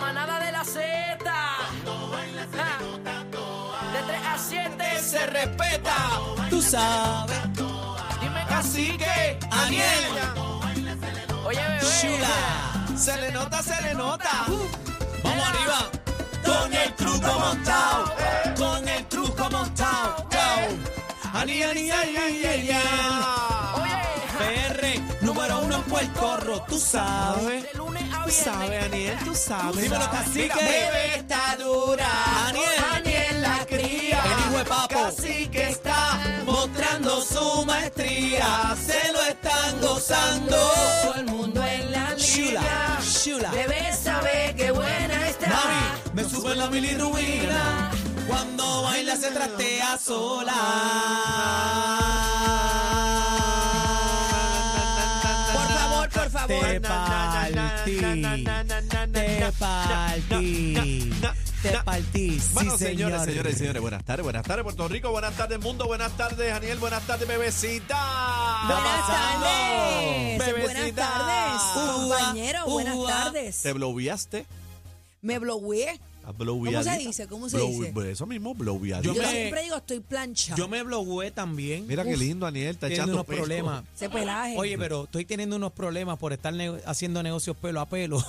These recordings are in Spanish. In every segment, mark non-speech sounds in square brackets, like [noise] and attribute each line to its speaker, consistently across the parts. Speaker 1: manada de la Z. Ah. De 3 a 7
Speaker 2: se respeta, tú sabes.
Speaker 1: Dime
Speaker 2: Así que, Aniel,
Speaker 1: Oye, bebé.
Speaker 2: chula, se le nota, se le nota. Vamos arriba. Con el truco montado, con el truco montado. Aniel, Aniel, Aniel, Aniel.
Speaker 1: Oye.
Speaker 2: PR, número uno en Puerto Rico, tú sabes.
Speaker 1: De lunes a
Speaker 2: Tú
Speaker 1: viernes.
Speaker 2: sabes, Aniel, tú sabes.
Speaker 3: Dímelo,
Speaker 2: Mira,
Speaker 3: cacique.
Speaker 2: Bebé está dura. Aniel. Aniel la cría.
Speaker 3: El hijo de papo.
Speaker 2: Cacique está mostrando su maestría. Se lo están gozando.
Speaker 1: Todo el mundo en la
Speaker 2: Shula,
Speaker 1: línea.
Speaker 2: shula.
Speaker 1: Bebé sabe que buena está.
Speaker 2: Mami, me sube la bilirrubina. Cuando baila se trastea sola.
Speaker 3: Por favor, por favor.
Speaker 2: Te partí. Te partí. Te partí. Sí,
Speaker 3: Bueno, señores,
Speaker 2: señor.
Speaker 3: señores, señores, buenas tardes, buenas tardes Puerto Rico, buenas tardes mundo, buenas tardes Daniel, buenas tardes bebecita.
Speaker 2: Buenas
Speaker 4: tardes. Buenas
Speaker 3: Bebecita.
Speaker 4: tardes,
Speaker 3: Uva,
Speaker 4: compañero. Buenas
Speaker 2: uva.
Speaker 4: tardes.
Speaker 3: ¿Te bloweaste?
Speaker 4: Me blowé.
Speaker 3: ¿Estás bloweadita?
Speaker 4: se dice? ¿Cómo se dice?
Speaker 3: Blowe- Eso mismo, bloweadita.
Speaker 2: Yo
Speaker 4: Yo,
Speaker 2: me-
Speaker 4: siempre digo, estoy plancha.
Speaker 2: Yo me blogué también.
Speaker 3: Mira qué lindo, Daniel, está
Speaker 2: Tiene
Speaker 3: echando
Speaker 2: unos
Speaker 3: peso.
Speaker 2: problemas.
Speaker 4: Ese pelaje.
Speaker 2: Oye, pero estoy teniendo unos problemas por estar nego- haciendo negocios pelo a
Speaker 3: [laughs]
Speaker 2: pelo.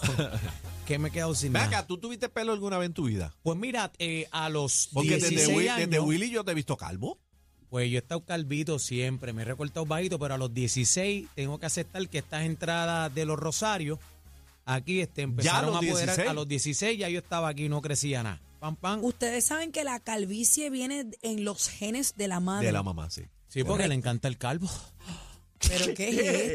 Speaker 2: que me he quedado sin
Speaker 3: Ven
Speaker 2: nada.
Speaker 3: acá, ¿tú tuviste pelo alguna vez en tu vida?
Speaker 2: Pues mira, eh, a los
Speaker 3: Porque
Speaker 2: 16
Speaker 3: desde, Will-
Speaker 2: años,
Speaker 3: desde Willy yo te he visto calvo.
Speaker 2: pues yo he estado calvito siempre, me he recortado bajito, pero a los 16 tengo que aceptar que estas entradas de los Rosarios aquí este, empezaron
Speaker 3: los
Speaker 2: a poder
Speaker 3: 16.
Speaker 2: a los 16, ya yo estaba aquí, no crecía nada. Pam, pam.
Speaker 4: Ustedes saben que la calvicie viene en los genes de la madre.
Speaker 3: De la mamá, sí.
Speaker 2: sí, porque le encanta el calvo.
Speaker 4: ¿Pero qué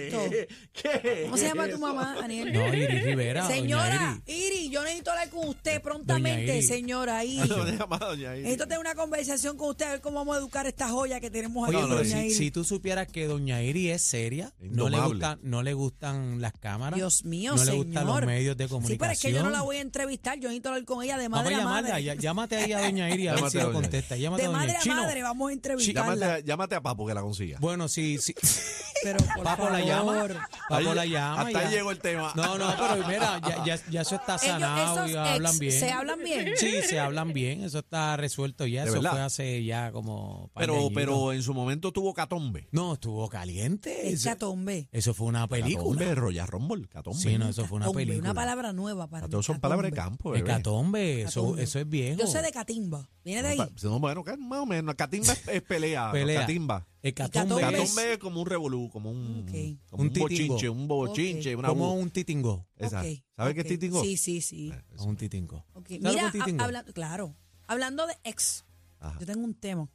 Speaker 4: es
Speaker 2: [laughs]
Speaker 4: esto? ¿Cómo se llama tu
Speaker 3: [laughs]
Speaker 4: mamá, Daniel?
Speaker 2: No, Iri Rivera. doña
Speaker 4: señora,
Speaker 2: Iri.
Speaker 4: Iri, yo necesito hablar con usted prontamente,
Speaker 2: Iri.
Speaker 4: señora Iri.
Speaker 3: No le llama doña Iris.
Speaker 4: Necesito tener una conversación con usted a ver cómo vamos a educar esta joya que tenemos aquí,
Speaker 2: Oye,
Speaker 3: No, no,
Speaker 2: pero
Speaker 4: doña
Speaker 2: si,
Speaker 4: Iri.
Speaker 2: si tú supieras que Doña Iri es seria, no le,
Speaker 3: Indomable.
Speaker 2: gustan, no le gustan las cámaras.
Speaker 4: Dios mío,
Speaker 2: no
Speaker 4: señor.
Speaker 2: le gustan los medios de
Speaker 4: Sí, pero
Speaker 2: comunicación.
Speaker 4: es que yo no la voy a entrevistar, yo necesito hablar con ella de
Speaker 2: Vamos a
Speaker 4: madre a
Speaker 2: llamarla,
Speaker 4: madre.
Speaker 2: ya- llámate ahí a Doña
Speaker 3: [laughs]
Speaker 2: Iri a ver
Speaker 3: Llámate
Speaker 2: si
Speaker 3: a
Speaker 2: lo
Speaker 3: Doña Iri.
Speaker 2: contesta. Llámate
Speaker 4: De
Speaker 2: a Doña Iri.
Speaker 4: madre a
Speaker 2: Chino.
Speaker 4: madre vamos a
Speaker 3: Llámate,
Speaker 4: entrevistarla.
Speaker 3: a- llámate a Papo que la consiga.
Speaker 2: Bueno, sí, [laughs] sí.
Speaker 4: Pero por
Speaker 2: Papo la llama.
Speaker 4: favor.
Speaker 2: Papo
Speaker 3: Ahí-
Speaker 2: la llama.
Speaker 3: Hasta ahí
Speaker 2: ya.
Speaker 3: llegó el tema.
Speaker 2: No, no, pero mira, ya, ya, ya eso está
Speaker 4: Ellos-
Speaker 2: sanado
Speaker 4: esos
Speaker 2: y
Speaker 4: ex
Speaker 2: hablan bien.
Speaker 4: se hablan bien.
Speaker 2: Sí, se hablan bien, eso está resuelto ya.
Speaker 3: ¿De
Speaker 2: Eso
Speaker 3: verdad?
Speaker 2: fue hace ya como.
Speaker 3: [laughs]
Speaker 2: par de
Speaker 3: Pero,
Speaker 2: añitos.
Speaker 3: pero en su momento tuvo catombe.
Speaker 2: No, estuvo caliente.
Speaker 4: Es
Speaker 2: Eso,
Speaker 4: catombe.
Speaker 2: eso fue una película.
Speaker 3: Catombe, Royal Rumble, catombe.
Speaker 2: Sí, no, eso fue una
Speaker 4: Catombe,
Speaker 2: película.
Speaker 4: Una palabra nueva para mí.
Speaker 3: Todos son palabras de
Speaker 4: catombe.
Speaker 3: campo, bebé.
Speaker 2: Hecatombe, eso,
Speaker 4: Catombe.
Speaker 2: eso es viejo.
Speaker 4: Yo sé de catimba. Viene de ahí.
Speaker 3: Pa- No, bueno, que más o menos. Catimba es, es pelea. ¿no?
Speaker 2: Pelea.
Speaker 3: Catimba.
Speaker 2: Hecatombe
Speaker 4: Hecatombe
Speaker 2: es
Speaker 3: Catombe es como un revolú, como un,
Speaker 4: Ok.
Speaker 3: como
Speaker 2: Un
Speaker 3: un,
Speaker 2: titingo.
Speaker 3: bochinche, un bochinche, una
Speaker 2: como
Speaker 3: bu-
Speaker 2: un titingo.
Speaker 3: esa.
Speaker 4: Ok,
Speaker 3: ¿Sabes
Speaker 4: ok.
Speaker 3: qué es titingo?
Speaker 4: Sí, sí, sí.
Speaker 2: Un titingo.
Speaker 4: Ok,
Speaker 2: ¿Sabes
Speaker 4: Mira,
Speaker 2: lo que es titingo?
Speaker 4: ha- habla- claro. Hablando de ex,
Speaker 3: Ajá.
Speaker 4: yo tengo un tema.
Speaker 2: No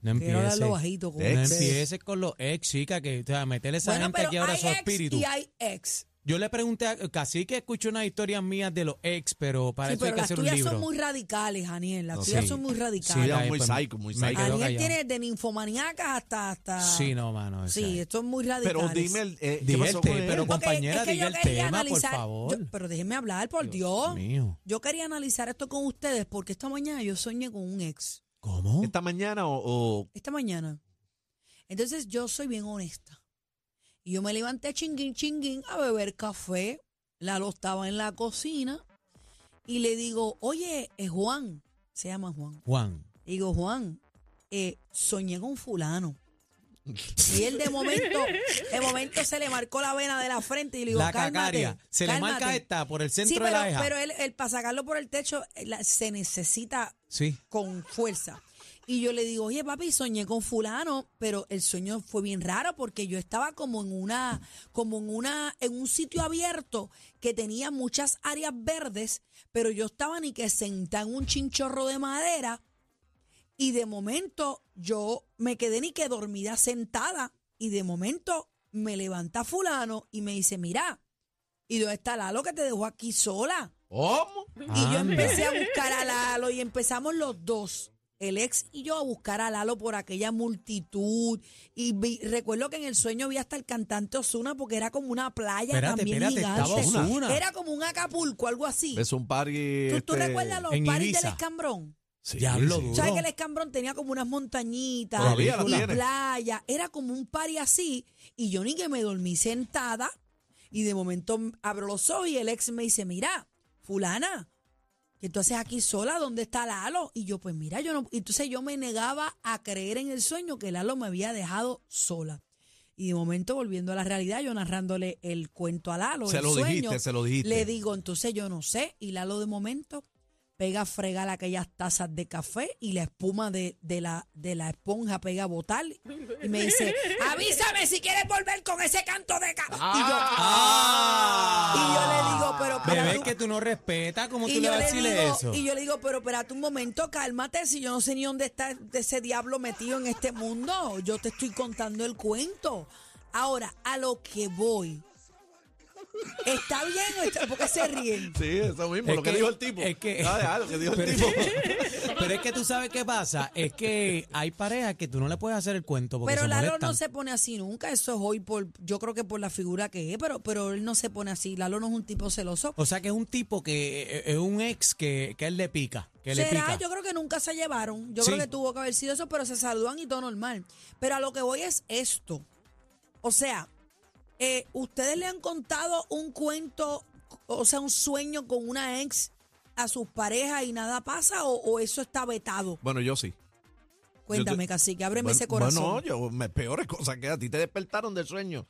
Speaker 4: Quiero
Speaker 2: empieces.
Speaker 4: hablarlo bajito con
Speaker 3: De
Speaker 2: No
Speaker 3: ex.
Speaker 4: ustedes.
Speaker 2: empieces con los ex, chica, que o sea, meterle esa
Speaker 4: Bueno,
Speaker 2: gente
Speaker 4: pero
Speaker 2: aquí ahora a
Speaker 4: hay
Speaker 2: su
Speaker 4: ex
Speaker 2: espíritu.
Speaker 4: y hay ex.
Speaker 2: Yo le pregunté, a, casi que escuché unas historias mías de los ex, pero para
Speaker 4: Sí,
Speaker 2: eso hay
Speaker 4: pero
Speaker 2: que
Speaker 4: las
Speaker 2: hacer un
Speaker 4: tuyas
Speaker 2: libro.
Speaker 4: son muy radicales, Aniel. Las
Speaker 3: No,
Speaker 4: tuyas
Speaker 3: sí.
Speaker 4: son muy
Speaker 2: Sí,
Speaker 4: radicales.
Speaker 3: Ella es
Speaker 2: ahí,
Speaker 3: muy
Speaker 2: pues,
Speaker 3: psycho, muy
Speaker 2: me
Speaker 3: psycho.
Speaker 2: quedo
Speaker 4: Aniel
Speaker 2: callado.
Speaker 4: tiene de ninfomaníacas hasta... hasta...
Speaker 2: Sí, no, mano. o sea,
Speaker 4: Sí, esto es muy radical.
Speaker 3: Pero dime, el, eh, ¿qué
Speaker 2: Dije
Speaker 3: pasó
Speaker 2: el
Speaker 3: con
Speaker 2: te-
Speaker 3: él?
Speaker 2: pero con-
Speaker 4: Ok,
Speaker 2: compañera,
Speaker 4: es que
Speaker 2: diga
Speaker 4: yo
Speaker 2: el
Speaker 4: quería
Speaker 2: tema, por
Speaker 4: analizar-
Speaker 2: favor.
Speaker 4: yo- pero déjenme hablar, por Dios.
Speaker 2: Dios mío.
Speaker 4: Yo quería analizar esto con ustedes porque esta mañana yo soñé con un ex.
Speaker 2: ¿Cómo?
Speaker 3: ¿Esta mañana o, o-
Speaker 4: Esta mañana. Entonces yo soy bien honesta. Y yo me levanté chinguín, chinguín a beber café. Lalo estaba en la cocina. Y le digo, oye, es Juan. Se llama Juan.
Speaker 2: Juan.
Speaker 4: Digo, Juan, eh, soñé con fulano. Y él de momento, de momento se le marcó la vena de la frente y le digo,
Speaker 2: La
Speaker 4: cálmate,
Speaker 2: cacaria. Se le marca
Speaker 4: cálmate".
Speaker 2: esta por el
Speaker 4: Sí,
Speaker 2: centro de
Speaker 4: pero,
Speaker 2: la eja.
Speaker 4: pero él, él para sacarlo por el techo eh, la- se necesita
Speaker 2: sí.
Speaker 4: con fuerza. Y yo le digo, oye papi, soñé con fulano, pero el sueño fue bien raro porque yo estaba como en una, como en una, en un sitio abierto que tenía muchas áreas verdes, pero yo estaba ni que sentada en un chinchorro de madera y de momento yo me quedé ni que dormida sentada y de momento me levanta fulano y me dice, mira, ¿y dónde está Lalo que te dejó aquí sola?
Speaker 3: ¿Cómo?
Speaker 4: Y yo
Speaker 2: Anda.
Speaker 4: empecé a buscar a Lalo y empezamos los dos, el ex y yo, a buscar a Lalo por aquella multitud. Y vi- recuerdo que en el sueño vi hasta el cantante Osuna porque era como una playa
Speaker 2: Espérate,
Speaker 4: también
Speaker 2: espérate,
Speaker 4: gigante.
Speaker 2: estaba Ozuna.
Speaker 4: Era como un Acapulco, algo así.
Speaker 3: Es un party.
Speaker 4: ¿Tú, tú
Speaker 3: este,
Speaker 4: recuerdas los
Speaker 2: en
Speaker 4: paris del
Speaker 2: Ibiza.
Speaker 4: escambrón?
Speaker 3: Sí,
Speaker 2: Diablo
Speaker 3: sí.
Speaker 2: duro.
Speaker 4: ¿Sabes que el escambrón tenía como unas montañitas
Speaker 3: Todavía la
Speaker 4: y
Speaker 3: tiene.
Speaker 4: playa? Era como un pari así. Y yo ni que me dormí sentada. Y de momento m- abro los ojos y el ex me dice, mira, fulana, ¿qué tú haces aquí sola? ¿Dónde está Lalo? Y yo, pues mira, yo no. y Entonces yo me negaba a creer en el sueño que Lalo me había dejado sola. Y de momento, volviendo a la realidad, yo narrándole el cuento a Lalo.
Speaker 3: Se
Speaker 4: el
Speaker 3: lo
Speaker 4: sueño,
Speaker 3: dijiste, se lo dijiste.
Speaker 4: Le digo, entonces yo no sé. Y Lalo, de momento, pega a fregar aquellas tazas de café y la espuma de, de la, de la esponja pega a botar. Y me dice, avísame si quieres volver con ese canto de café.
Speaker 3: Ah.
Speaker 4: Y yo le digo, pero para
Speaker 2: Ah. Bebé,
Speaker 4: tú-
Speaker 2: que tú no respetas, ¿cómo
Speaker 4: y
Speaker 2: tú le
Speaker 4: yo
Speaker 2: vas a
Speaker 4: le
Speaker 2: decirle
Speaker 4: digo-
Speaker 2: eso?
Speaker 4: Y yo le digo, pero espérate un momento, cálmate, si yo no sé ni dónde está ese diablo metido en este mundo. Yo te estoy contando el cuento. Ahora, a lo que voy. ¿Está bien o está- ¿Por qué se ríen?
Speaker 3: Sí, eso mismo,
Speaker 2: Es
Speaker 3: lo que,
Speaker 2: que-
Speaker 3: dijo el tipo.
Speaker 2: es que-
Speaker 3: Ah, ah, lo que
Speaker 4: [laughs]
Speaker 3: dijo el
Speaker 2: [laughs] Pero,
Speaker 3: tipo.
Speaker 2: [laughs] pero es que tú sabes qué pasa, es que hay parejas que tú no le puedes hacer el cuento porque
Speaker 4: Pero
Speaker 2: se
Speaker 4: Lalo
Speaker 2: molestan.
Speaker 4: no se pone así nunca, eso es hoy por, yo creo que por la figura que es, pero, pero él no se pone así, Lalo no es un tipo celoso.
Speaker 2: O sea que es un tipo que eh, es un ex que, que él le pica, que le
Speaker 4: ¿Será?
Speaker 2: pica.
Speaker 4: Yo creo que nunca se llevaron. Yo
Speaker 2: Sí.
Speaker 4: creo que tuvo que haber sido eso, pero se saludan y todo normal. Pero a lo que voy es esto. O sea, eh, ustedes le han contado un cuento, o sea, un sueño con una ex a sus parejas y nada pasa, o, o eso está vetado.
Speaker 3: Bueno, yo sí.
Speaker 4: Cuéntame,
Speaker 3: te-
Speaker 4: cacique, ábreme
Speaker 3: Bueno,
Speaker 4: ese corazón.
Speaker 3: Bueno, yo, me, peores cosas que a ti te despertaron del sueño.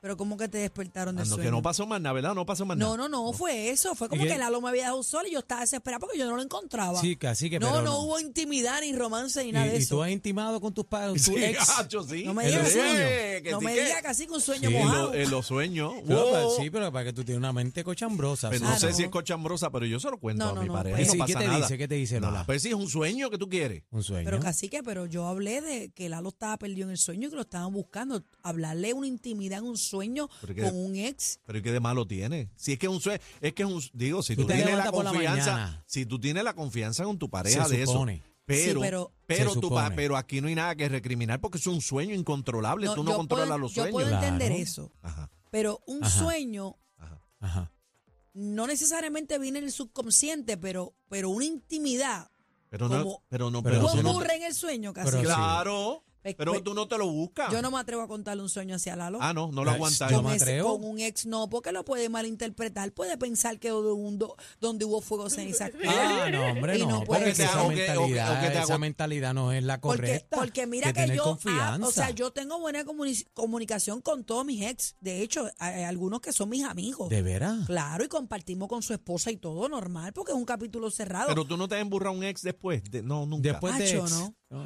Speaker 4: Pero ¿cómo que te despertaron de
Speaker 3: Ah, no,
Speaker 4: sueño?
Speaker 3: que no pasó más nada, ¿verdad? No pasó más nada.
Speaker 4: no, no, no, fue eso. Fue como
Speaker 2: ¿Y qué?
Speaker 4: que Lalo me había dejado sola y yo estaba desesperada porque yo no lo encontraba.
Speaker 2: Sí, cacique,
Speaker 4: no,
Speaker 2: pero
Speaker 4: no
Speaker 2: no.
Speaker 4: hubo intimidad, ni romance, ni
Speaker 2: y,
Speaker 4: nada de
Speaker 2: y
Speaker 4: eso. ah,
Speaker 2: tú has intimado con tus
Speaker 4: [laughs]
Speaker 2: padres, tu
Speaker 3: [laughs] Sí,
Speaker 2: ex.
Speaker 3: gacho, sí.
Speaker 4: No me
Speaker 2: El
Speaker 4: digas así.
Speaker 2: sueño.
Speaker 3: Eh, que
Speaker 4: No
Speaker 3: sí,
Speaker 4: me
Speaker 3: que-
Speaker 4: digas así que un sueño
Speaker 2: Sí,
Speaker 3: En,
Speaker 4: mojado.
Speaker 3: lo- en los sueños.
Speaker 2: Claro,
Speaker 3: Wow.
Speaker 2: pero pues, sí, pero para que tú tienes una mente cochambrosa.
Speaker 3: Pues
Speaker 2: sí.
Speaker 3: no
Speaker 4: Ah,
Speaker 3: sé
Speaker 4: no.
Speaker 3: si es cochambrosa, pero yo se lo cuento
Speaker 4: No,
Speaker 3: a
Speaker 4: no,
Speaker 3: mi
Speaker 4: no,
Speaker 3: pareja.
Speaker 4: pues.
Speaker 3: no
Speaker 2: Sí, ¿qué
Speaker 3: pasa
Speaker 2: te
Speaker 3: nada.
Speaker 2: dice? ¿Qué te dice,
Speaker 3: No,
Speaker 2: Lola?
Speaker 3: pues sí, es un sueño que tú quieres.
Speaker 2: Un sueño.
Speaker 4: Pero casi que, pero yo hablé de que Lalo estaba perdido en el sueño y que lo estaban buscando. Hablarle una intimidad en un sueño
Speaker 3: Pero que-
Speaker 4: con un ex.
Speaker 3: Pero ¿y ¿qué de malo tiene? Si es que es un sueño, es que es un, digo, si
Speaker 2: Tú
Speaker 3: tú,
Speaker 2: te
Speaker 3: tienes la
Speaker 2: levantas por la
Speaker 3: confianza,
Speaker 2: mañana.
Speaker 3: si tú tienes la confianza con tu pareja
Speaker 2: Se
Speaker 3: de
Speaker 2: supone.
Speaker 3: eso. Pero,
Speaker 4: Sí, pero-
Speaker 3: pero,
Speaker 2: Se
Speaker 3: tú pa-
Speaker 2: supone.
Speaker 3: pero aquí no hay nada que recriminar porque es un sueño incontrolable, tú no
Speaker 4: yo
Speaker 3: controlas
Speaker 4: puedo-
Speaker 3: los
Speaker 4: yo
Speaker 3: sueños.
Speaker 4: puedo entender
Speaker 2: Claro.
Speaker 4: eso,
Speaker 3: Ajá,
Speaker 4: pero un
Speaker 2: Ajá.
Speaker 4: sueño
Speaker 3: ajá.
Speaker 2: Ajá.
Speaker 4: no necesariamente viene en el subconsciente, pero, pero una intimidad.
Speaker 3: Pero no,
Speaker 4: Como-
Speaker 3: pero no,
Speaker 2: Pero
Speaker 3: pero,
Speaker 4: ¿Cómo
Speaker 2: eso
Speaker 3: tú
Speaker 4: ocurre
Speaker 2: no-
Speaker 4: en el sueño, casi?
Speaker 2: Pero
Speaker 3: Claro,
Speaker 4: Pues-
Speaker 3: pero
Speaker 4: pues-
Speaker 3: tú no te lo buscas.
Speaker 4: Yo no me atrevo a contarle un sueño hacia Lalo.
Speaker 3: ah, no, no lo
Speaker 2: Ay,
Speaker 3: aguantas.
Speaker 2: yo no me
Speaker 4: ese-
Speaker 2: atrevo.
Speaker 4: con un ex no, porque lo puede malinterpretar. Puede pensar que hubo un do- donde hubo fuego, ceniza.
Speaker 2: Ah, no, hombre,
Speaker 4: Y
Speaker 2: no.
Speaker 4: no
Speaker 2: porque
Speaker 4: puede ser.
Speaker 2: esa,
Speaker 3: O que- o que- o que te
Speaker 2: mentalidad, esa
Speaker 3: hago-
Speaker 2: mentalidad no es la
Speaker 4: Porque,
Speaker 2: correcta.
Speaker 4: porque mira
Speaker 2: Hay
Speaker 4: que,
Speaker 2: tener
Speaker 4: yo, ah,
Speaker 2: confianza.
Speaker 4: o sea, yo tengo buena comuni- comunicación con todos mis ex. De hecho, hay algunos que son mis amigos.
Speaker 2: ¿De veras?
Speaker 4: Claro, y compartimos con su esposa y todo normal, porque es un capítulo cerrado.
Speaker 3: Pero tú no te has emburrado a un ex después. de- no, nunca.
Speaker 2: Después de
Speaker 4: Macho,
Speaker 2: ex.
Speaker 4: ¿no?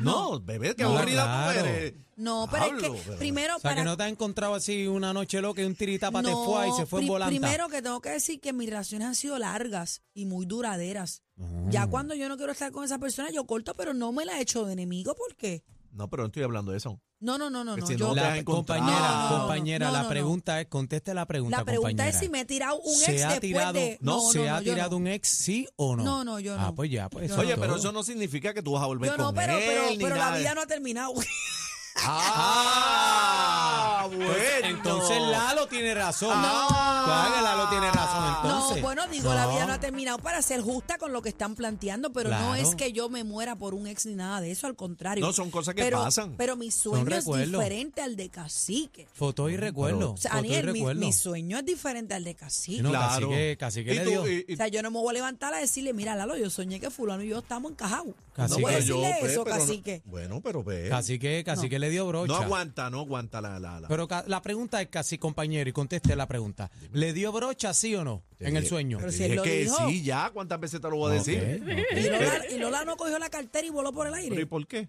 Speaker 3: no, bebé, qué
Speaker 2: No,
Speaker 3: aburrida tú
Speaker 2: claro.
Speaker 3: eres.
Speaker 4: no, pero es
Speaker 3: Pablo,
Speaker 4: que
Speaker 3: pero-
Speaker 4: primero
Speaker 2: O sea,
Speaker 4: para
Speaker 2: que no te has encontrado así una noche loca y un tiritapa te
Speaker 4: No,
Speaker 2: fue y se fue en
Speaker 4: pri-
Speaker 2: volanta.
Speaker 4: Primero que tengo que decir que mis relaciones han sido largas y muy duraderas.
Speaker 2: Mm.
Speaker 4: Ya cuando yo no quiero estar con esa persona, yo corto, pero no me la he hecho de enemigo porque
Speaker 3: No, pero no estoy hablando de eso.
Speaker 4: no, no, no, no,
Speaker 3: Que
Speaker 4: no.
Speaker 3: si
Speaker 4: yo-
Speaker 3: no te has
Speaker 2: La
Speaker 3: encontrado.
Speaker 2: compañera,
Speaker 4: No, no, no,
Speaker 2: compañera,
Speaker 4: no, no,
Speaker 2: la
Speaker 4: no.
Speaker 2: pregunta es, conteste la pregunta,
Speaker 4: la pregunta
Speaker 2: compañera.
Speaker 4: es si me he tirado un
Speaker 2: ¿Se
Speaker 4: ex
Speaker 2: ha
Speaker 4: después
Speaker 2: tirado,
Speaker 4: de
Speaker 2: no,
Speaker 4: no,
Speaker 2: se
Speaker 4: no,
Speaker 2: ha
Speaker 4: no, yo
Speaker 2: tirado
Speaker 4: no.
Speaker 2: un ex, sí o no?
Speaker 4: No, no, yo
Speaker 2: Ah,
Speaker 4: no.
Speaker 2: pues ya, pues
Speaker 4: Yo
Speaker 2: eso
Speaker 4: no.
Speaker 2: es
Speaker 3: Oye, pero
Speaker 2: todo.
Speaker 3: eso no significa que tú vas a volver
Speaker 4: Yo
Speaker 3: con
Speaker 4: no, pero,
Speaker 3: él
Speaker 4: pero,
Speaker 3: ni
Speaker 4: pero la
Speaker 3: nada de
Speaker 4: vida no ha terminado.
Speaker 3: Ah, bueno.
Speaker 2: Pues, Entonces Lalo tiene razón.
Speaker 3: Ah.
Speaker 2: Claro que Lalo tiene razón, Ah,
Speaker 4: [laughs]
Speaker 2: entonces.
Speaker 4: no, bueno, digo, la vida no
Speaker 2: No.
Speaker 4: ha terminado para ser justa con lo que están planteando, pero no
Speaker 2: Claro.
Speaker 4: es que yo me muera por un ex ni nada de eso, al contrario.
Speaker 3: No, son cosas que
Speaker 4: pero,
Speaker 3: pasan.
Speaker 4: Pero mi sueño es
Speaker 2: recuerdos.
Speaker 4: diferente al de cacique.
Speaker 2: Foto y recuerdo.
Speaker 4: O sea,
Speaker 2: foto y
Speaker 4: Aniel, mi,
Speaker 2: recuerdo.
Speaker 4: mi sueño es diferente al de cacique.
Speaker 2: No,
Speaker 3: claro.
Speaker 2: cacique- cacique
Speaker 3: Y
Speaker 2: le
Speaker 3: tú-
Speaker 2: dio.
Speaker 3: y- y-
Speaker 4: O sea, yo no me voy a levantar a decirle, mira, Lalo, yo soñé que fulano y yo estamos encajados.
Speaker 2: Cacique.
Speaker 4: no voy a
Speaker 2: pero
Speaker 3: yo,
Speaker 4: decirle
Speaker 3: pues,
Speaker 4: eso,
Speaker 3: pero no-
Speaker 4: cacique.
Speaker 3: bueno, pero ve.
Speaker 2: Casi que, casi
Speaker 4: No.
Speaker 2: que le dio brocha.
Speaker 3: No aguanta, no aguanta la. la, la-
Speaker 2: Pero ca- la pregunta es casi, compañero, y conteste la pregunta. ¿Le dio brocha, sí o no?
Speaker 3: Te
Speaker 2: en el
Speaker 3: dije-
Speaker 2: sueño.
Speaker 3: te
Speaker 4: Pero si
Speaker 3: dije
Speaker 4: él lo
Speaker 3: que
Speaker 4: dijo.
Speaker 3: sí, ya. ¿Cuántas veces te lo voy a
Speaker 2: Ok,
Speaker 3: decir?
Speaker 2: ok.
Speaker 4: Y Lola, y Lola no cogió la cartera y voló por el
Speaker 3: Pero ¿y
Speaker 4: aire.
Speaker 3: por qué?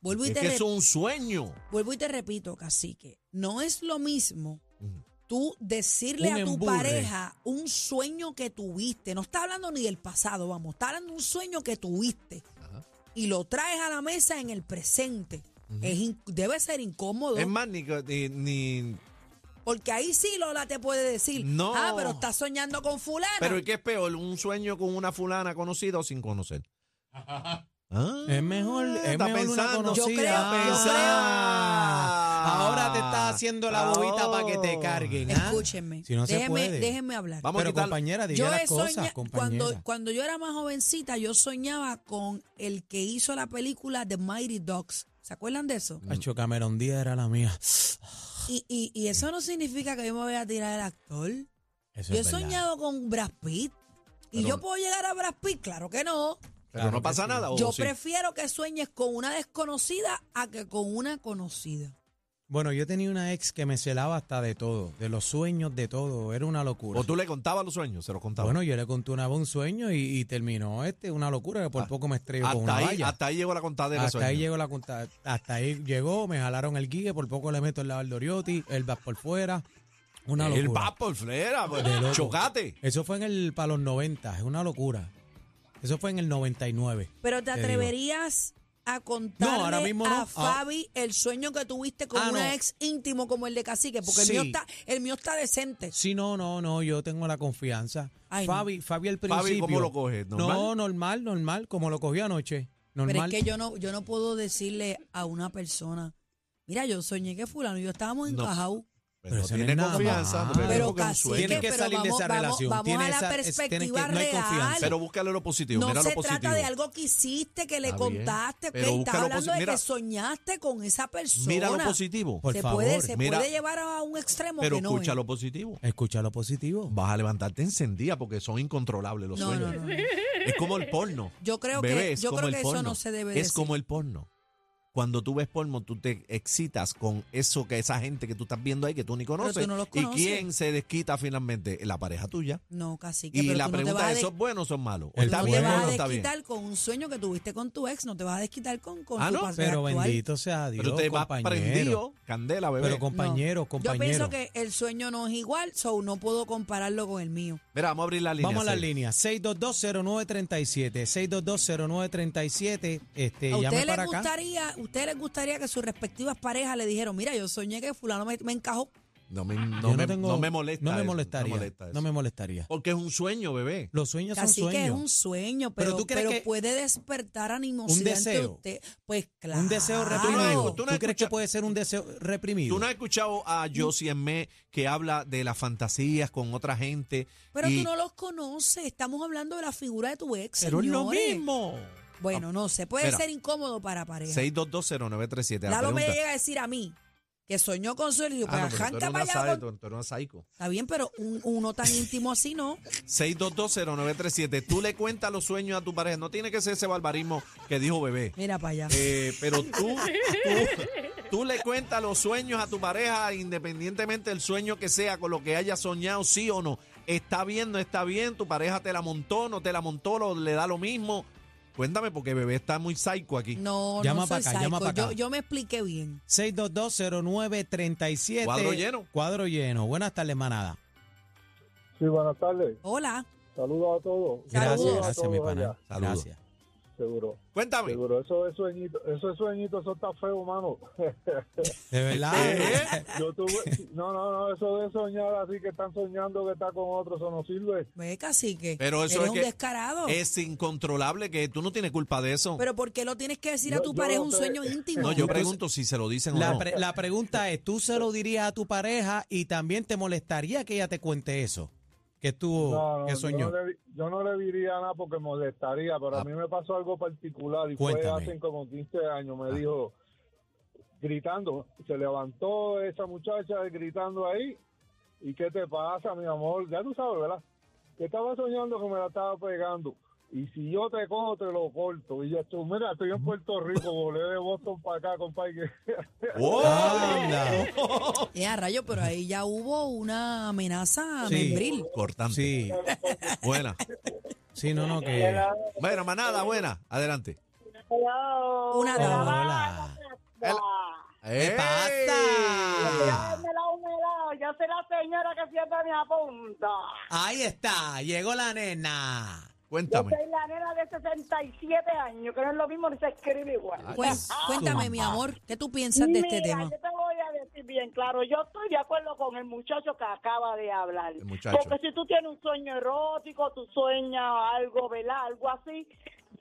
Speaker 4: Vuelvo y
Speaker 3: Es
Speaker 4: te
Speaker 3: que
Speaker 4: re-
Speaker 3: es un sueño.
Speaker 4: Vuelvo y te repito, cacique, no es lo mismo tú decirle
Speaker 2: Un
Speaker 4: a tu
Speaker 2: emburre.
Speaker 4: pareja un sueño que tuviste. No está hablando ni del pasado, vamos, está hablando de un sueño que tuviste
Speaker 3: Ajá.
Speaker 4: y lo traes a la mesa en el presente. Es in- debe ser incómodo.
Speaker 3: Es más, ni, ni- ni-
Speaker 4: Porque ahí sí Lola te puede decir,
Speaker 3: No.
Speaker 4: ah, pero estás soñando con fulana.
Speaker 3: Pero ¿y qué es peor? ¿Un sueño con una fulana conocida o sin
Speaker 2: [laughs]
Speaker 3: conocer? Ah,
Speaker 2: Es mejor, es
Speaker 3: está
Speaker 2: mejor una
Speaker 3: pensando.
Speaker 2: conocida.
Speaker 4: Yo creo-
Speaker 2: Ah,
Speaker 4: yo creo-
Speaker 2: Ahora te estás haciendo la bobita para que
Speaker 3: Oh.
Speaker 2: te carguen. ¿ah?
Speaker 4: Escúchenme,
Speaker 2: Si no se
Speaker 4: déjenme,
Speaker 2: puede.
Speaker 4: déjenme hablar.
Speaker 3: Vamos a
Speaker 2: Pero
Speaker 3: quitar-
Speaker 2: compañera, diga
Speaker 4: yo
Speaker 2: las
Speaker 4: he
Speaker 2: cosas,
Speaker 4: soña-
Speaker 2: compañera.
Speaker 4: cuando, cuando yo era más jovencita, yo soñaba con el que hizo la película The Mighty Dogs. ¿Se acuerdan de eso?
Speaker 2: Acho, Cameron Díaz era la mía.
Speaker 4: Y, y, y eso no significa que yo me voy a tirar el actor.
Speaker 2: Eso
Speaker 4: Yo he
Speaker 2: es verdad.
Speaker 4: soñado con Brad Pitt. ¿Y
Speaker 3: Pero-
Speaker 4: yo puedo llegar a Brad Pitt? Claro que no.
Speaker 3: Pero no pasa nada.
Speaker 2: Oh,
Speaker 3: ¿o
Speaker 4: yo
Speaker 3: sí?
Speaker 4: prefiero que sueñes con una desconocida a que con una conocida.
Speaker 2: Bueno, yo tenía una ex que me celaba hasta de todo, de los sueños, de todo. Era una locura.
Speaker 3: O tú le contabas los sueños, se los contabas.
Speaker 2: Bueno, yo le conté una vez un sueño y, y terminó este, una locura, que por
Speaker 3: Ah,
Speaker 2: poco me estrello con
Speaker 3: hasta,
Speaker 2: una
Speaker 3: ahí,
Speaker 2: valla.
Speaker 3: hasta ahí llegó la contadera. de
Speaker 2: Hasta ahí llegó la conta, hasta ahí llegó, me jalaron el guille, por poco le meto el lado al Doriotti, el vas por fuera, una
Speaker 3: El
Speaker 2: locura.
Speaker 3: papo, el flera, pues,
Speaker 2: De loco.
Speaker 3: chocate.
Speaker 2: Eso fue en el para los 90, es una locura. Eso fue en el 99.
Speaker 4: Pero te
Speaker 2: digo.
Speaker 4: atreverías a contarle
Speaker 2: ahora mismo no.
Speaker 4: a Fabi el sueño que tuviste con
Speaker 2: Ah,
Speaker 4: una
Speaker 2: no.
Speaker 4: ex íntimo como el de Cacique, porque el mío
Speaker 2: Sí.
Speaker 4: está, el mío está decente.
Speaker 2: Sí, no, no, no, yo tengo la confianza.
Speaker 4: Ay, no.
Speaker 2: Fabi, Fabi al principio.
Speaker 3: Fabi, ¿cómo lo coges? ¿Normal?
Speaker 2: No, normal, normal, como lo cogí anoche.
Speaker 4: Pero
Speaker 2: Normal.
Speaker 4: es que yo no, yo no puedo decirle a una persona, mira, yo soñé que fulano y yo estábamos
Speaker 3: No.
Speaker 4: encajados.
Speaker 3: Pero,
Speaker 2: Pero eso no
Speaker 3: tiene
Speaker 2: es nada
Speaker 3: confianza.
Speaker 2: más.
Speaker 3: porque
Speaker 2: Pero
Speaker 3: porque es un
Speaker 4: casi
Speaker 3: sueño.
Speaker 2: Tiene que
Speaker 4: pero
Speaker 2: salir de
Speaker 4: vamos-
Speaker 2: esa
Speaker 4: vamos-
Speaker 2: relación.
Speaker 4: vamos
Speaker 2: tiene
Speaker 4: a la
Speaker 2: esa- es- tiene que-
Speaker 4: perspectiva
Speaker 2: no hay
Speaker 4: real.
Speaker 2: confianza.
Speaker 3: Pero búscale lo positivo,
Speaker 4: No
Speaker 3: mira
Speaker 4: se
Speaker 3: lo positivo.
Speaker 4: trata de algo que hiciste, que le
Speaker 3: Está bien,
Speaker 4: contaste,
Speaker 3: pero
Speaker 4: que
Speaker 3: busca
Speaker 4: estás
Speaker 3: lo
Speaker 4: hablando
Speaker 3: posi-
Speaker 4: de
Speaker 3: mira,
Speaker 4: que soñaste con esa persona.
Speaker 3: Mira lo positivo.
Speaker 2: Por
Speaker 4: se
Speaker 2: favor,
Speaker 4: puede, se
Speaker 3: mira.
Speaker 4: puede llevar a un extremo
Speaker 3: Pero
Speaker 4: que no. ¿eh?
Speaker 3: escucha
Speaker 4: es.
Speaker 3: lo positivo.
Speaker 2: Escucha lo positivo.
Speaker 3: Vas a levantarte encendida porque son incontrolables los
Speaker 4: No, no,
Speaker 3: sueños.
Speaker 4: no.
Speaker 3: Es como el porno.
Speaker 4: Yo creo que-
Speaker 3: Bebé, es
Speaker 4: yo
Speaker 3: como
Speaker 4: creo
Speaker 3: el
Speaker 4: que eso
Speaker 3: porno.
Speaker 4: no se debe
Speaker 3: Es
Speaker 4: decir.
Speaker 3: como el porno. Cuando tú ves porno, tú te excitas con eso que esa gente que tú estás viendo ahí que tú ni conoces.
Speaker 4: tú no los
Speaker 3: ¿Y
Speaker 4: conoces.
Speaker 3: quién se desquita finalmente? La pareja tuya.
Speaker 4: No, Cacique,
Speaker 3: Y
Speaker 4: pero
Speaker 3: la
Speaker 4: tú no te
Speaker 3: pregunta
Speaker 4: vas a
Speaker 3: es,
Speaker 4: des-
Speaker 3: ¿son buenos o son malos? ¿O
Speaker 2: El
Speaker 3: está
Speaker 4: no
Speaker 2: bueno,
Speaker 4: te
Speaker 3: bien o
Speaker 4: vas
Speaker 3: no
Speaker 4: a
Speaker 3: está bien?
Speaker 4: desquitar con un sueño que tuviste con tu ex, no te vas a desquitar con, con
Speaker 3: Ah,
Speaker 4: tu
Speaker 3: ¿no?
Speaker 4: pareja
Speaker 2: Pero
Speaker 4: actual.
Speaker 2: bendito sea Dios,
Speaker 3: Pero te vas
Speaker 2: compañero.
Speaker 3: prendido, candela, bebé.
Speaker 2: Pero compañeros,
Speaker 4: Yo pienso
Speaker 2: compañeros.
Speaker 4: que el sueño no es igual, so no puedo compararlo con el mío.
Speaker 3: Mira, vamos a abrir la línea.
Speaker 2: Vamos a las
Speaker 3: Cel.
Speaker 2: líneas. 6220937. 6220937. Este,
Speaker 4: ¿A
Speaker 2: llame
Speaker 4: ustedes
Speaker 2: para
Speaker 4: les
Speaker 2: acá.
Speaker 4: gustaría, a ustedes les gustaría que sus respectivas parejas le dijeron, mira, yo soñé que fulano me, me encajó?
Speaker 3: No me, no,
Speaker 2: Yo
Speaker 3: me,
Speaker 2: tengo-
Speaker 3: no me molesta.
Speaker 2: No me
Speaker 3: eso,
Speaker 2: molestaría.
Speaker 3: No, molesta eso.
Speaker 2: no me molestaría.
Speaker 3: Porque es un sueño, bebé.
Speaker 2: Los sueños son
Speaker 4: Así que es
Speaker 2: sueños.
Speaker 4: un sueño,
Speaker 2: Pero
Speaker 4: pero,
Speaker 2: tú crees
Speaker 4: pero
Speaker 2: que-
Speaker 4: puede despertar animosidad entre
Speaker 2: deseo.
Speaker 4: usted. Pues claro.
Speaker 2: Un deseo
Speaker 3: has-
Speaker 2: reprimido.
Speaker 3: tú
Speaker 2: ¿Tú,
Speaker 3: no has
Speaker 2: crees que
Speaker 3: escuchado-
Speaker 2: puede ser un deseo reprimido?
Speaker 3: Tú no has escuchado a Josie Me que habla de las fantasías con otra gente.
Speaker 4: Pero
Speaker 3: y-
Speaker 4: tú no los conoces. Estamos hablando de la figura de tu ex.
Speaker 3: Pero es lo
Speaker 4: señores.
Speaker 3: mismo.
Speaker 4: Bueno, no sé. Puede
Speaker 3: Mira.
Speaker 4: ser incómodo para pareja.
Speaker 3: 6220937. La
Speaker 4: Lalo me
Speaker 3: pregunta.
Speaker 4: llega a decir a mí que soñó con su hijo. Pues
Speaker 3: Ah, no, pero tú eres
Speaker 4: arranca
Speaker 3: una
Speaker 4: para allá.
Speaker 3: sádico,
Speaker 4: con-
Speaker 3: tú eres una psycho.
Speaker 4: Está bien, pero un- uno tan íntimo así no.
Speaker 3: 6220937. Tú le cuentas los sueños a tu pareja. No tiene que ser ese barbarismo que dijo bebé.
Speaker 4: Mira para allá.
Speaker 3: Eh, pero tú, tú, tú le cuentas los sueños a tu pareja, independientemente del sueño que sea, con lo que haya soñado, sí o no. Está bien, no está bien, tu pareja te la montó, no te la montó, lo- le da lo mismo. Cuéntame, porque bebé está muy psycho aquí.
Speaker 4: No,
Speaker 2: Llama
Speaker 4: no
Speaker 2: pa'
Speaker 4: soy
Speaker 2: acá, llama
Speaker 4: psycho.
Speaker 2: pa' acá.
Speaker 4: Yo, yo me expliqué bien.
Speaker 2: 6220937.
Speaker 3: Cuadro lleno.
Speaker 2: Cuadro lleno. Buenas tardes, manada.
Speaker 5: Sí, buenas tardes.
Speaker 4: Hola.
Speaker 5: Saludos a todos.
Speaker 2: Gracias,
Speaker 4: Saludos.
Speaker 2: gracias, mi pana. Pues-
Speaker 5: allá.
Speaker 3: Saludos.
Speaker 2: Gracias.
Speaker 5: Seguro,
Speaker 3: Cuéntame.
Speaker 5: seguro. Eso es sueñito, eso es sueñito, eso está
Speaker 2: [laughs]
Speaker 5: feo, mano.
Speaker 2: De verdad.
Speaker 5: Yo tuve, no, no, no, eso de soñar así que están soñando que está con otro, eso no sirve.
Speaker 4: Ve, cacique.
Speaker 3: Pero eso
Speaker 4: Eres
Speaker 3: es
Speaker 4: un
Speaker 3: que
Speaker 4: descarado.
Speaker 3: Es incontrolable que tú no tienes culpa de eso.
Speaker 4: Pero ¿por qué lo tienes que decir a
Speaker 5: Yo-
Speaker 4: tu
Speaker 5: yo
Speaker 4: pareja
Speaker 5: no
Speaker 4: un
Speaker 5: sé.
Speaker 4: sueño íntimo?
Speaker 3: no, yo pregunto si se lo dicen o
Speaker 2: La,
Speaker 3: no.
Speaker 2: pre- la pregunta es, ¿tú se lo dirías a tu pareja y también te molestaría que ella te cuente eso? Que estuvo,
Speaker 5: No, no,
Speaker 2: que
Speaker 5: Yo,
Speaker 2: soñó.
Speaker 5: no le, yo no le diría nada porque molestaría, pero
Speaker 3: Ah.
Speaker 5: a mí me pasó algo particular y fue
Speaker 2: Cuéntame.
Speaker 5: hace como 15 años. Me dijo, gritando, se levantó esa muchacha gritando ahí. ¿Y qué te pasa, mi amor? Ya tú sabes, ¿verdad? Que estaba soñando que me la estaba pegando. Y si yo te cojo, te lo corto. Y yo, tú, mira, estoy en Puerto Rico, volé de Boston para acá, compadre. [laughs]
Speaker 3: ¡Oh!
Speaker 2: Anda.
Speaker 4: Eh, a rayo, pero ahí ya hubo una amenaza
Speaker 2: Sí.
Speaker 4: membril.
Speaker 3: Cortante.
Speaker 2: Sí,
Speaker 3: Buena.
Speaker 2: sí, no, no, que...
Speaker 3: Bueno, manada, buena. Adelante.
Speaker 6: Hello.
Speaker 4: Una dama.
Speaker 2: Hola.
Speaker 6: Hola.
Speaker 2: ¿Qué
Speaker 3: ¡Ey!
Speaker 2: pasa?
Speaker 6: Me la un helado, Yo soy la señora que siempre me apunta.
Speaker 2: Ahí está, llegó la nena.
Speaker 6: Yo
Speaker 3: Cuéntame.
Speaker 6: soy la nena de 67 años, que no es lo mismo ni se escribe igual.
Speaker 3: Ay,
Speaker 4: Pues, cuéntame, mi amor, ¿qué tú piensas de
Speaker 6: Mira,
Speaker 4: este tema?
Speaker 6: yo te voy a decir bien claro, yo estoy de acuerdo con el muchacho que acaba de hablar.
Speaker 3: El muchacho.
Speaker 6: Porque si tú tienes un sueño erótico, tú sueñas algo, ¿verdad? Algo así.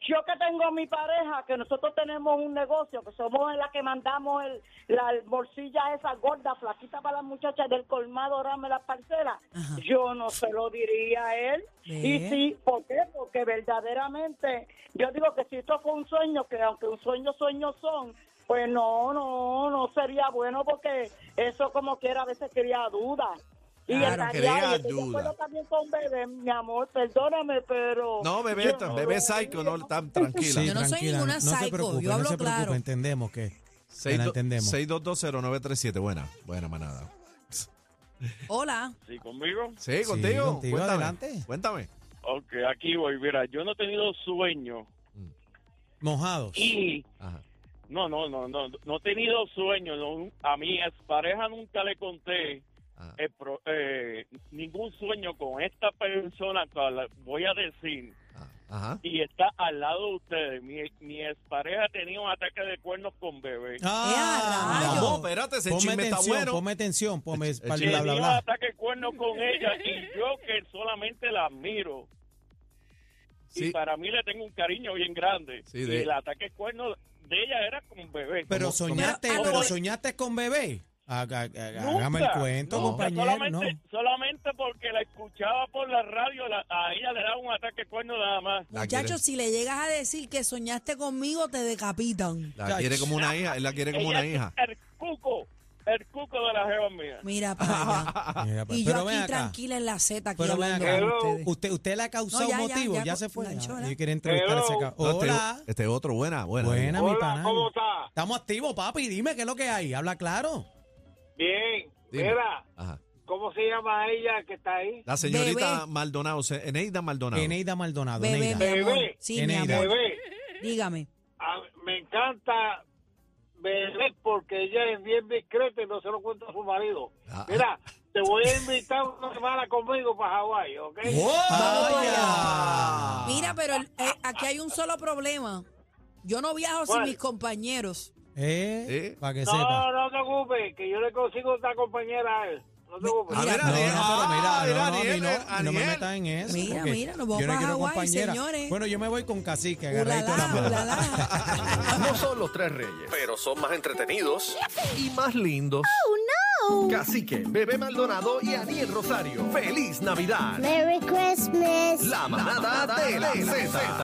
Speaker 6: Yo que tengo a mi pareja, que nosotros tenemos un negocio, que somos las que mandamos el, las bolsillas esas gordas, flaquitas para las muchachas del colmado, rame las parcelas,
Speaker 4: Ajá.
Speaker 6: yo no se lo diría a él.
Speaker 4: Ve.
Speaker 6: Y sí, ¿por qué? Porque verdaderamente, yo digo que si esto fue un sueño, que aunque un sueño, sueños son, pues no, no, no sería bueno porque eso como quiera a veces crea dudas. Y
Speaker 3: Claro,
Speaker 6: estaría-
Speaker 3: crea
Speaker 6: yo
Speaker 3: duda.
Speaker 6: puedo también con bebé, mi amor, perdóname, pero...
Speaker 3: No, bebé,
Speaker 6: yo
Speaker 3: está-
Speaker 6: no
Speaker 3: bebé
Speaker 6: lo
Speaker 3: psycho, no
Speaker 6: digo.
Speaker 3: tan tranquila.
Speaker 4: Sí, Yo no soy
Speaker 2: tranquila,
Speaker 4: ninguna
Speaker 2: no, se
Speaker 4: psycho,
Speaker 2: preocupe,
Speaker 4: yo
Speaker 2: no
Speaker 4: hablo
Speaker 2: se preocupe,
Speaker 4: claro.
Speaker 2: entendemos que te la entendemos.
Speaker 3: 6220937, buena, buena manada.
Speaker 4: Hola.
Speaker 7: Sí, conmigo.
Speaker 3: Sí,
Speaker 2: Sí,
Speaker 3: contigo.
Speaker 2: contigo,
Speaker 3: cuéntame.
Speaker 2: adelante.
Speaker 3: Cuéntame.
Speaker 7: Ok, aquí voy. Mira, yo no he tenido sueño
Speaker 2: Mojados.
Speaker 7: y...
Speaker 3: Ajá.
Speaker 7: No, no, no, no, no he tenido sueño. no, a mi ex pareja nunca le conté
Speaker 3: Ajá.
Speaker 7: el pro- eh, ningún sueño con esta persona que la voy a decir.
Speaker 3: ajá, Ajá.
Speaker 7: Y está al lado de ustedes. Mi, mi expareja tenía un ataque de cuernos con bebé.
Speaker 4: ¡Eh, a
Speaker 2: Ah,
Speaker 4: rayos!
Speaker 3: Vamos, espérate, ese
Speaker 2: ponme
Speaker 3: chisme
Speaker 2: atención,
Speaker 3: está bueno.
Speaker 2: ponme atención, ponme
Speaker 3: El- el
Speaker 2: pal-
Speaker 7: Tenía
Speaker 2: Ah,
Speaker 3: chisme.
Speaker 2: bla, bla,
Speaker 7: un
Speaker 2: bla.
Speaker 7: ataque de cuernos con ella y yo que solamente la miro.
Speaker 3: Sí.
Speaker 7: Y para mí le tengo un cariño bien grande.
Speaker 3: Sí, de-
Speaker 7: Y el ataque de cuernos de ella era con bebé.
Speaker 2: Pero
Speaker 3: ¿Cómo- cómo-
Speaker 2: soñaste,
Speaker 4: Pero-
Speaker 2: pero
Speaker 7: ¿Cómo-
Speaker 2: soñaste con bebé. Haga- haga-
Speaker 7: Nunca,
Speaker 2: Hágame el cuento,
Speaker 7: nunca,
Speaker 2: compañero. No.
Speaker 7: Solamente, solamente porque la escuchaba por la radio, la- a ella le daba un ataque de cuernos nada más.
Speaker 3: La
Speaker 4: Muchachos,
Speaker 3: quiere-
Speaker 4: si le llegas a decir que soñaste conmigo, te decapitan.
Speaker 3: La quiere como una hija, él la quiere como
Speaker 7: Ella
Speaker 3: una
Speaker 7: es
Speaker 3: hija.
Speaker 7: El cuco, el cuco de la jeva mía.
Speaker 2: [laughs]
Speaker 4: Mira para allá.
Speaker 2: Mira, pues,
Speaker 4: Y yo
Speaker 2: pero ven
Speaker 4: aquí
Speaker 2: acá.
Speaker 4: tranquila en la Z aquí
Speaker 2: Pero ven
Speaker 4: hablando
Speaker 2: acá.
Speaker 4: con ustedes.
Speaker 2: Usted, usted le ha causado
Speaker 4: No, ya, ya,
Speaker 2: motivo, ya,
Speaker 4: ya,
Speaker 2: se fue.
Speaker 4: Nacho,
Speaker 2: Ah,
Speaker 4: hola.
Speaker 2: Yo quiero entrevistarse acá.
Speaker 3: No, este-
Speaker 2: Hola.
Speaker 3: Este, es otro, buena, buena.
Speaker 2: Buena, mi
Speaker 5: Hola,
Speaker 2: pana.
Speaker 5: ¿cómo está?
Speaker 2: Estamos activos, papi. Dime qué es lo que hay. Habla claro.
Speaker 5: Bien.
Speaker 3: Dime.
Speaker 5: Mira,
Speaker 3: Ajá.
Speaker 5: ¿cómo se llama ella que está ahí?
Speaker 3: La señorita
Speaker 4: Bebé.
Speaker 3: Maldonado, se- Eneida Maldonado.
Speaker 2: Eneida Maldonado.
Speaker 4: Bebé,
Speaker 2: Eneida.
Speaker 4: mi amor.
Speaker 5: Bebé.
Speaker 4: Sí, mi
Speaker 2: Eneida.
Speaker 4: amor.
Speaker 5: Bebé,
Speaker 4: Dígame.
Speaker 5: a- me encanta Bebé porque ella es bien discreta y no se lo cuenta a su marido.
Speaker 3: Ah,
Speaker 5: Mira, te voy a invitar una semana conmigo para Hawái, ¿ok?
Speaker 4: Vamos para
Speaker 2: Vaya.
Speaker 4: Mira, pero el- eh, aquí hay un solo problema. Yo no viajo sin
Speaker 5: ¿Cuál?
Speaker 4: mis compañeros.
Speaker 2: Eh,
Speaker 3: Eh.
Speaker 2: Para que sepa.
Speaker 5: No, no te ocupes, que yo le consigo otra compañera a él. No te ocupes.
Speaker 3: Ah,
Speaker 4: mira,
Speaker 2: No, no,
Speaker 3: Daniel.
Speaker 2: pero mira,
Speaker 3: Ah,
Speaker 2: no, no, a mí
Speaker 3: Daniel,
Speaker 2: no,
Speaker 3: eh,
Speaker 2: no me
Speaker 3: Daniel.
Speaker 2: metas en eso.
Speaker 4: Mira,
Speaker 2: porque
Speaker 4: mira, nos vamos
Speaker 2: yo no
Speaker 4: para
Speaker 2: quiero
Speaker 4: Hawái,
Speaker 2: compañera.
Speaker 4: señores.
Speaker 2: Bueno, yo me voy con cacique, agarradito de la
Speaker 4: Ulalá,
Speaker 2: mano.
Speaker 4: ulalá.
Speaker 2: [laughs]
Speaker 8: No son los tres reyes, pero son más entretenidos y más lindos. ¡Oh, no! Cacique, Bebé Maldonado y Aniel Rosario. ¡Feliz Navidad!
Speaker 9: Merry Christmas.
Speaker 8: La manada de la Z.